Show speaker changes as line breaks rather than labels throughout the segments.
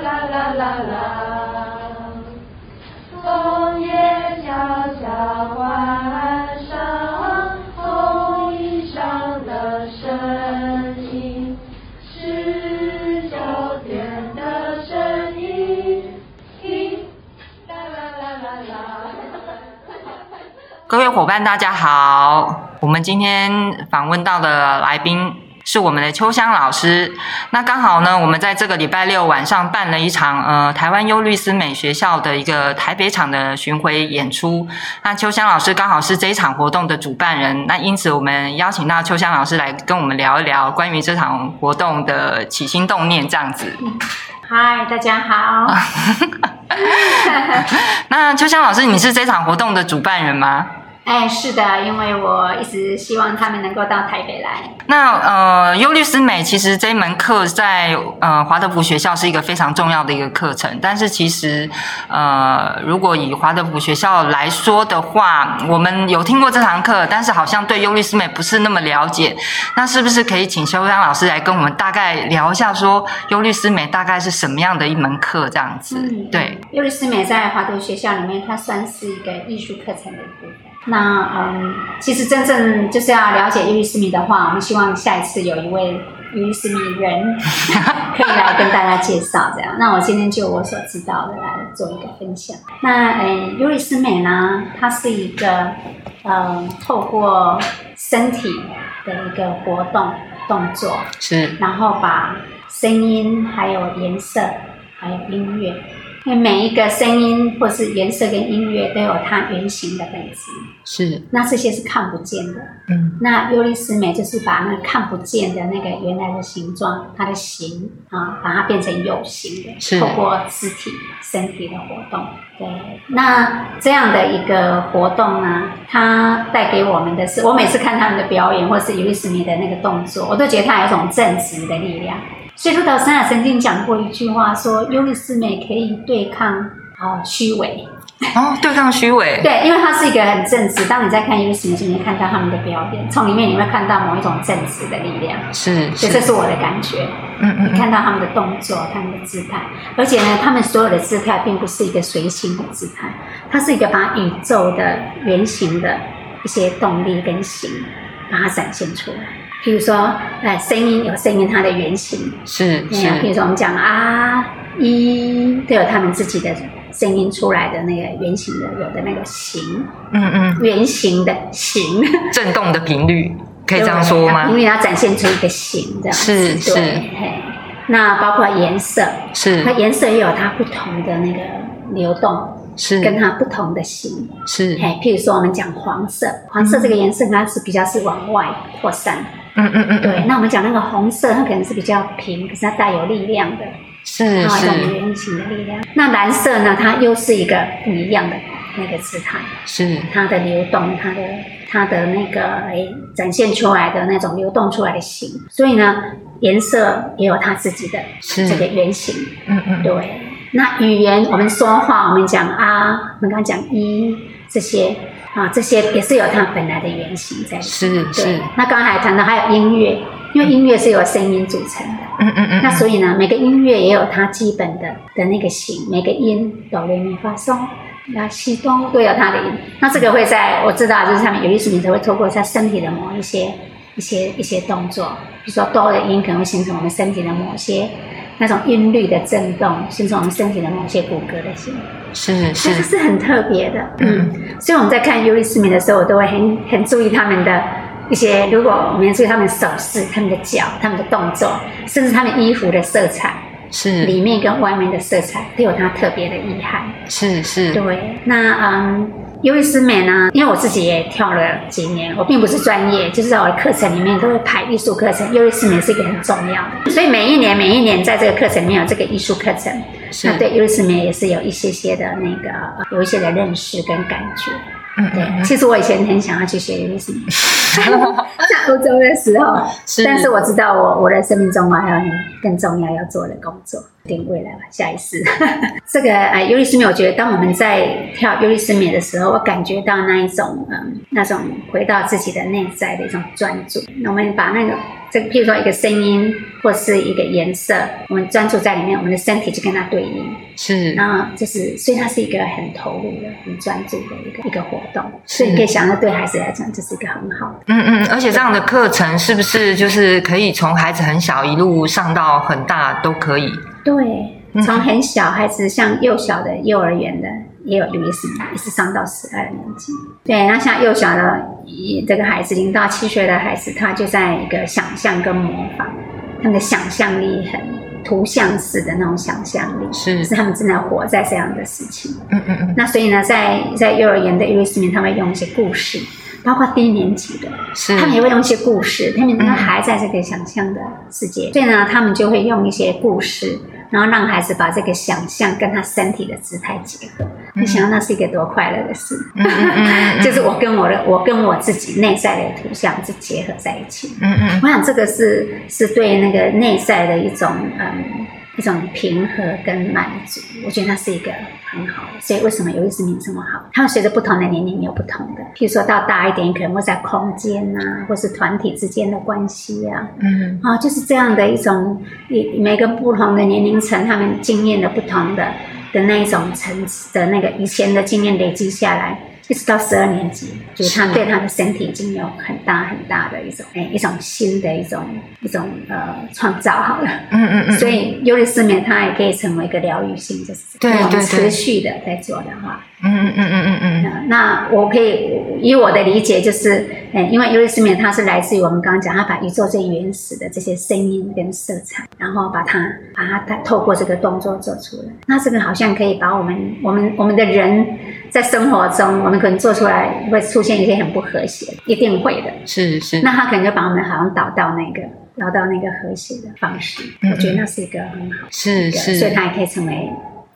啦啦，枫叶悄悄环上红衣裳的身影，是秋天的声音。啦啦啦啦啦。
各位伙伴，大家好！我们今天访问到的来宾是我们的秋香老师。那刚好呢，我们在这个礼拜六晚上办了一场呃台湾优律师美学校的一个台北场的巡回演出。那秋香老师刚好是这一场活动的主办人，那因此我们邀请到秋香老师来跟我们聊一聊关于这场活动的起心动念这样子。
嗨，大家好。
那秋香老师，你是这场活动的主办人吗？
哎，是的，因为我一直希望他们能够到台北来。
那呃，忧律师美其实这一门课在呃华德福学校是一个非常重要的一个课程，但是其实呃，如果以华德福学校来说的话，我们有听过这堂课，但是好像对忧律师美不是那么了解。那是不是可以请修央老师来跟我们大概聊一下说，忧律师美大概是什么样的一门课这样子？
嗯
对，
尤里斯美在华德学校里面，它算是一个艺术课程的一部分。那嗯，其实真正就是要了解尤里斯米的话，我们希望下一次有一位尤里斯米人可以来跟大家介绍这样。那我今天就我所知道的来做一个分享。那呃，尤里斯美呢，它是一个呃透过身体的一个活动动作，
是
然后把声音、还有颜色、还有音乐，因为每一个声音或是颜色跟音乐都有它原型的本质，
是，
那这些是看不见的。
嗯
那尤利斯美就是把那个看不见的那个原来的形状，它的形啊，把它变成有形
是
的，透过肢体、身体的活动。对，那这样的一个活动呢，它带给我们的是，我每次看他们的表演，或是尤利斯美的那个动作，我都觉得它有一种正直的力量。所以鹿岛三雅曾经讲过一句话说，尤利斯美可以对抗啊、虚伪。
哦，对抗虚伪，
对，因为它是一个很正直。当你在看 U 型的时候，你会看到他们的表演，从里面你会看到某一种正直的力量。
是
所以这
是，
是我的感觉。
嗯嗯
你
嗯，
看到他们的动作，他们的姿态，而且呢，他们所有的姿态并不是一个随心的姿态，它是一个把宇宙的原型的一些动力跟形，把它展现出来。譬如说，呃，声音有声音它的原型，
是
对啊，比如
是
说我们讲啊一，都有他们自己的声音出来的那个圆形的，有的那个形，
嗯嗯，
圆形的形，
震动的频率可以这样说吗
因？为它展现出一个形这样子，
是是嗯
对嘿那包括颜色，
是
它颜色也有它不同的那个流动，跟
是
它不同的形。
是，
嘿，譬如说我们讲黄色，黄色这个颜色它是比较是往外扩散，
嗯嗯嗯，
对。
嗯，
那我们讲那个红色，它可能是比较平，可是它带有力量的，
是
它有一种
是
圆形的力量。那蓝色呢，它又是一个不一样的那个姿态。
是，
它的流动，它的它的那个诶、展现出来的那种流动出来的形，所以呢，颜色也有它自己的
是
这个原型。
嗯嗯，
对，那语言我们说话，我们讲啊，我们刚刚讲一这些啊，这些也是有它本来的原型在。
是
对
是，，
那刚才谈到还有音乐，因为音乐是由声音组成的。
嗯嗯嗯，
那所以呢，每个音乐也有它基本的的那个型，每个音哆来咪发嗦，那西哆都啊有它的音。那这个会在我知道，就是他们有意识你才会透过在身体的某一些一些一些动作，比如说哆的音可能会形成我们身体的某些那种韵律的震动，形成我们身体的某些骨骼的形，
是
所以
是
这是很特别的。嗯，所以我们在看尤利斯米的时候，我都会很很注意他们的一些，如果我们注意他们的手势、他们的脚、他们的动作，甚至他们衣服的色彩，
是
里面跟外面的色彩都有它特别的意涵。
是是，
对，那嗯，尤利斯美呢，因为我自己也跳了几年，我并不是专业，就是在我的课程里面都会排艺术课程，尤利斯美是一个很重要的，所以每一年每一年在这个课程里面有这个艺术课程，那
是，
对尤利斯美也是有一些些的那个呃有一些的认识跟感觉。
嗯
对，
嗯
其实我以前很想要去学尤利斯美，
嗯，
在欧洲的时候，但是我知道我我的生命中我还有很更重要要做的工作，定未来吧，下一世。 这个呃，尤利斯米，我觉得当我们在跳尤利斯米的时候，我感觉到那一种嗯，那种回到自己的内在的一种专注。我们把那个这个，譬如说一个声音或是一个颜色，我们专注在里面，我们的身体就跟它对应。
是
然后就是，所以它是一个很投入的、很专注的一个一个活动。所以你可以想到，对孩子来讲，这是一个很好的。
嗯嗯，而且这样的课程是不是就是可以从孩子很小一路上到很大都可以？
对
嗯，
从很小孩子，像幼小的幼儿园的，也有有意思，一直上到十二年级。对，那像幼小的一这个孩子，零到七岁的孩子，他就在一个想象跟模仿，他们的想象力很图像式的那种想象力，
是
是他们真的活在这样的事情。
嗯嗯嗯，
那所以呢，在在幼儿园的 u s 里面，他们会用一些故事，包括低年级的，
是
他们也会用一些故事，他们
嗯
他还在这个想象的世界，所以呢，他们就会用一些故事，然后让孩子把这个想象跟他身体的姿态结合。你想，那是一个多快乐的事！
嗯嗯嗯嗯嗯
就是我跟我的我跟我自己内在的图像是结合在一起。
嗯嗯
我想这个是是对那个内在的一种嗯一种平和跟满足，我觉得它是一个很好的。所以为什么有意识名这么好？它会随着不同的年龄有不同的，譬如说到大一点，可能会在空间呐、或是团体之间的关系啊，
嗯
啊，就是这样的一种，一每个不同的年龄层，他们经验的不同的的那一种层次的那个以前的经验累积下来，一直到十二年级，就是他
是
对他的身体已经有很大很大的一种，哎，一种新的一种一种呃创造好了。
嗯嗯嗯，
所以忧虑失眠它也可以成为一个疗愈性，就是
对
我
对
们
对
持续的在做的话。
嗯嗯嗯嗯嗯嗯，
呃那我可以以我的理解就是，嗯，因为尤利斯米它是来自于我们刚刚讲，它把宇宙最原始的这些声音跟色彩，然后把它把它它透过这个动作做出来。那这个好像可以把我们我们我们的人在生活中，我们可能做出来会出现一些很不和谐，一定会的。
嗯是是，
那他可能就把我们好像导到那个导到那个和谐的方式，
嗯
我觉得那是一个很好的
是
一个，所以
是。
它也可以成为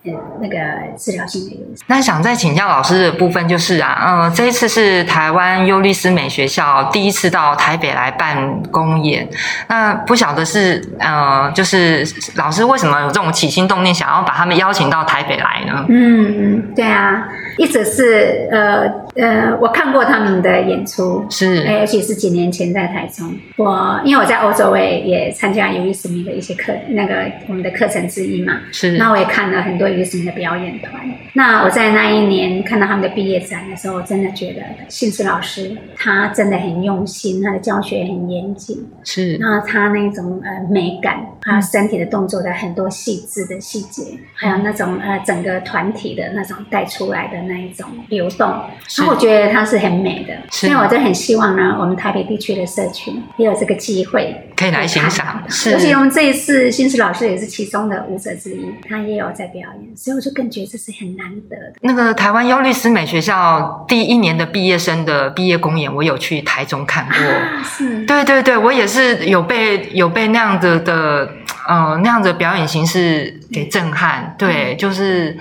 呃那个治疗性的因素。
那想再请教老师的部分就是啊，呃，这一次是台湾优律思美学校第一次到台北来办公演，那不晓得是呃，就是老师为什么有这种起心动念，想要把他们邀请到台北来呢？
嗯，对啊，一直是呃呃，我看过他们的演出，
是，
哎，尤其是几年前在台中，我因为我在欧洲，我也也参加尤利斯米的一些课，那个我们的课程之一嘛，
是，
那我也看了很多尤利斯米的表演团。那我在那一年看到他们的毕业展的时候，我真的觉得信思老师他真的很用心，他的教学很严谨，
是，
那他那种呃美感，还有
嗯
身体的动作的很多细致的细节，还有那种呃整个团体的那种带出来的那一种流动，
是
然后我觉得它是很美的。
是
所以我就很希望呢，我们台北地区的社群也有这个机会
可以来欣
看
赏
到，它
是，
而且我们这一次新石老师也是其中的舞者之一，他也有在表演，所以我就更觉得这是很难得的。
那个台湾优律思美学校第一年的毕业生的毕业公演，我有去台中看过。
啊，是，
对对对，我也是有被有被那样的的呃那样的表演形式给震撼。对，就是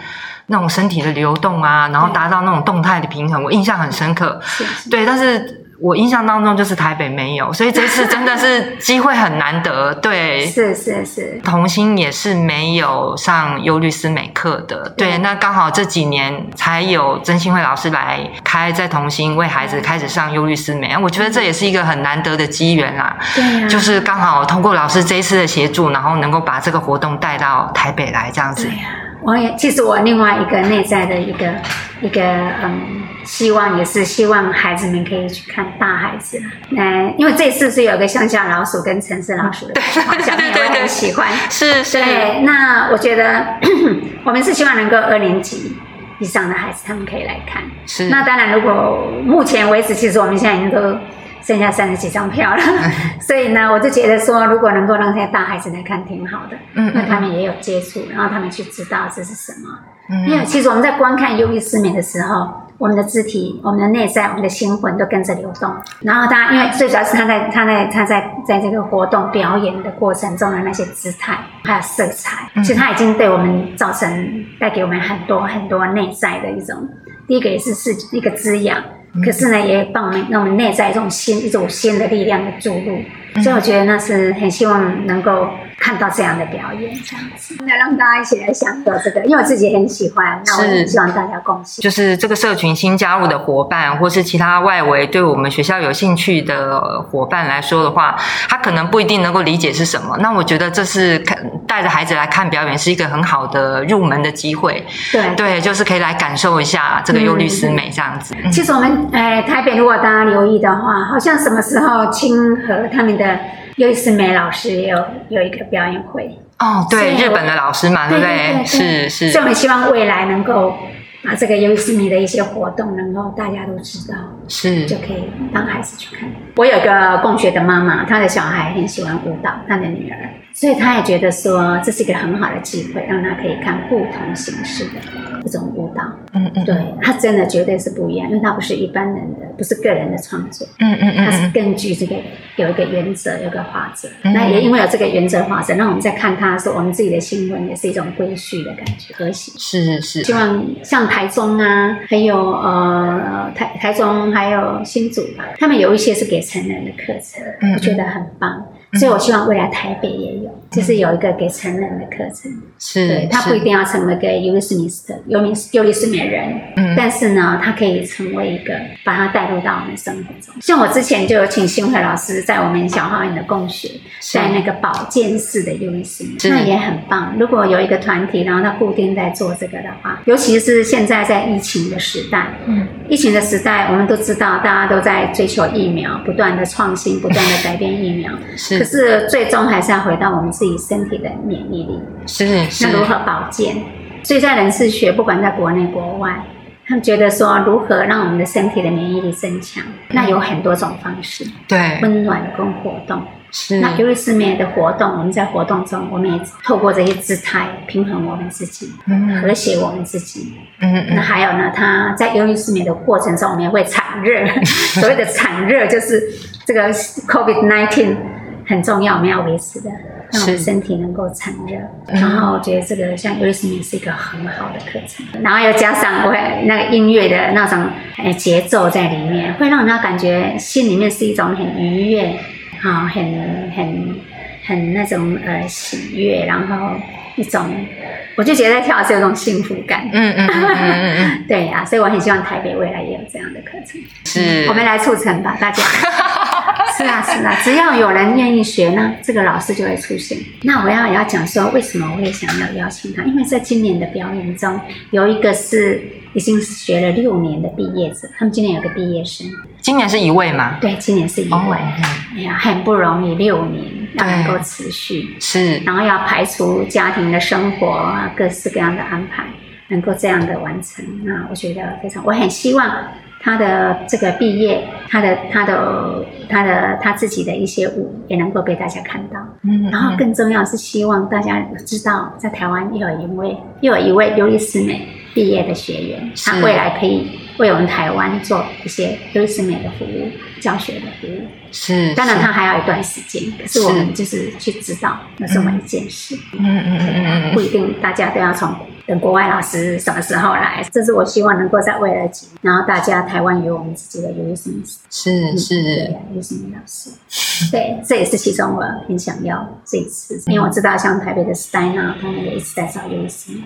那种身体的流动啊，然后达到那种动态的平衡，我印象很深刻。
是是
对，但是我印象当中就是台北没有，所以这次真的是机会很难得。对，
是是是，
童星也是没有上优律师美课的，对，
对
那刚好这几年才有曾心慧老师来开在童星为孩子开始上优律师美，我觉得这也是一个很难得的机缘啊啦，
对呀、
就是刚好通过老师这一次的协助，然后能够把这个活动带到台北来这样子
对，呀、我也其实我另外一个内在的一个一个嗯希望，也是希望孩子们可以去看大孩子啦。嗯、因为这次是有个乡下老鼠跟城市老鼠的，小朋友
对
会
对对
很喜欢。
是是，
对，那我觉得 我们是希望能够二年级以上的孩子他们可以来看。
是，
那当然，如果目前为止，其实我们现在已经都剩下三十几 张票了，所以呢，我就觉得说，如果能够让这些大孩子来看，挺好的。
嗯
那他们也有接触，然后他们去知道这是什么。
嗯
因为其实我们在观看忧郁失眠的时候，我们的肢体、我们的内在、我们的心魂都跟着流动。然后他，因为最主要是他在他在他在在这个活动表演的过程中的那些姿态还有色彩，
嗯
其实他已经对我们造成带给我们很多很多内在的一种，第一个也是是一个滋养。
嗯
可是呢，也帮我们让我们内在一种新一种新的力量的注入，所以我觉得那是很希望能够看到这样的表演，这样子，那让大家一起来享受这个，因为我自己也很喜欢，那我也
是
希望大家共享。
就是这个社群新加入的伙伴，或是其他外围对我们学校有兴趣的伙伴来说的话，他可能不一定能够理解是什么。那我觉得这是看带着孩子来看表演是一个很好的入门的机会，
对。
对，就是可以来感受一下这个忧律师美这样子。嗯
其实我们呃台北，如果大家留意的话，好像什么时候清河他们的尤思美老师也有有一个表演会，
哦，对，
是
日本的老师啊嘛，对
嗯对
不
对对
是是，
所以我们希望未来能够把这个尤思美的一些活动能够大家都知道，就是可以让孩子去看。我有个共学的妈妈，她的小孩很喜欢舞蹈，她的女儿，所以她也觉得说这是一个很好的机会，让她可以看不同形式的这种舞蹈。
嗯嗯，
对，它真的绝对是不一样，因为它不是一般人的，不是个人的创作，
嗯嗯
它
嗯
是
嗯，
根据这个有一个原则，有一个法则。
嗯
那也因为有这个原则法则，那我们在看它的时候，我们自己的新闻也是一种规矩的感觉，和谐。
是是嗯
希
是，
望像台中啊，还有呃台台中，还有新竹吧，他们有一些是给成人的课程，
嗯
我觉得很棒。所以我希望未来台北也有，就是有一个给成人的课程。对
嗯是
他不一
是，
定要成为一个尤利斯米斯特、尤利斯尤利斯美人，
嗯
但是呢，他可以成为一个把它带入到我们生活中。像我之前就有请新慧老师在我们小花园的共学，
是
在那个保健室的尤利斯米，
是
那也很棒。如果有一个团体，然后他固定在做这个的话，尤其是现在在疫情的时代，
嗯，
疫情的时代，我们都知道大家都在追求疫苗，不断的创新，不断的改变疫 苗，可
是
是最终还是要回到我们自己身体的免疫力。
是是
那如何保健？所以在人事学，不管在国内国外，他们觉得说如何让我们的身体的免疫力增强，那有很多种方式，
对
温暖跟活动。
是
那尤其是美的活动，我们在活动中，我们也透过这些姿态平衡我们自己，
嗯
和谐我们自己。
嗯
那
嗯
还有呢，它在忧郁失眠的过程中，我们也会产 热。所谓的产热，就是这个 COVID nineteen 很重要，我们要维持的，让我
是
们身体能够产热。
嗯
然后我觉得这个像忧郁失眠是一个很好的课程，然后又加上我那个音乐的那种呃节奏在里面，会让人家感觉心里面是一种很愉悦，啊、很很很那种呃喜悦，然后一种。我就觉得跳是有种幸福感，
嗯嗯嗯嗯嗯，
对呀、所以我很希望台北未来也有这样的课程，
是
我们来促成吧，大家。是啊，是啊，只要有人愿意学呢，这个老师就会出现。那我要也要讲说，为什么我也想要邀请他？因为在今年的表演中，有一个是已经学了六年的毕业者，他们今年有个毕业生，
今年是一位嘛？哦嗯
对，今年是一位，哎呀，很不容易，六年要能够持续。
是
然后要排除家庭的生活啊，各式各样的安排，能够这样的完成，那我觉得非常，我很希望他的这个毕业，他的他的他的他自己的一些舞也能够被大家看到。
嗯，
然后更重要是希望大家知道，在台湾又有一位又有一位尤利斯美毕业的学员，
是
他未来可以为我们台湾做一些尤利斯美的服务、教学的服务。
是
当然，
是
它还要一段时间，可是我们就是去知道那是我们一件事，
嗯嗯嗯嗯
不一定大家都要从等国外老师什么时候来，这是我希望能够在未来几年，然后大家台湾有我们自己的有什么
是
对
是
啊，有什么老师，对，这也是其中我很想要这一次，因为我知道像台北的 Stina 他们也一直在找优什么。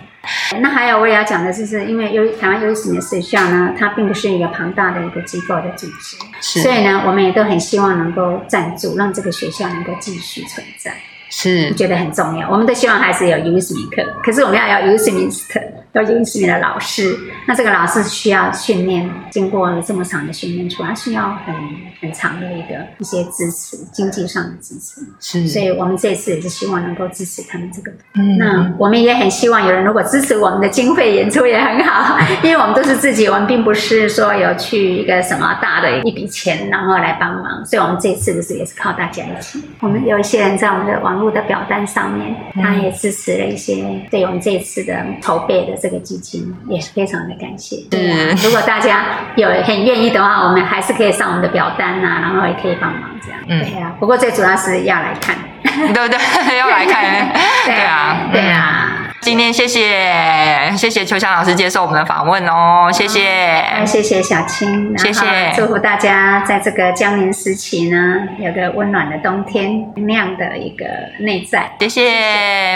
那还有我也要讲的就是，因为优台湾优什么学校呢，它并不是一个庞大的一个机构的组织，
是
所以呢，我们也都很希望能够赞助，让这个学校能够继续存在，我
是
觉得很重要。我们都希望孩子有 USM 课，可是我们要有 USM 课，有 USM 的老师。那这个老师需要训练，经过这么长的训练出来，他需要很很长的一个一些支持，经济上的支持。
是，
所以我们这次也是希望能够支持他们这个
嗯
那我们也很希望有人如果支持我们的经费演出也很好，因为我们都是自己，我们并不是说有去一个什么大的一笔钱然后来帮忙，所以我们这次就是也是靠大家一起。我们有一些人在我们的网络的表单上面，他也支持了一些对我们这次的筹备的这个基金，也是非常的感谢。对啊，如果大家有很愿意的话，我们还是可以上我们的表单呐、然后也可以帮忙这样。
嗯
对啊，不过最主要是要来看。
对对，要来看，对啊，
对啊。
今今天谢谢谢谢秋香老师接受我们的访问哦，谢谢。
哎，谢谢小青，
谢谢
然后祝福大家在这个江年时期呢，有个温暖的冬天，那样的一个内在。
谢谢，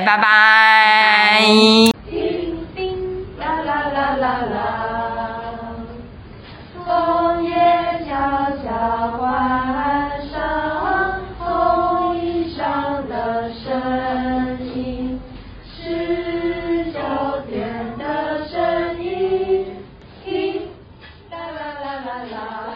拜拜。
叮叮啦啦啦啦啦，枫叶悄悄环上红衣裳的身影，是秋天的身影。叮啦啦啦啦啦。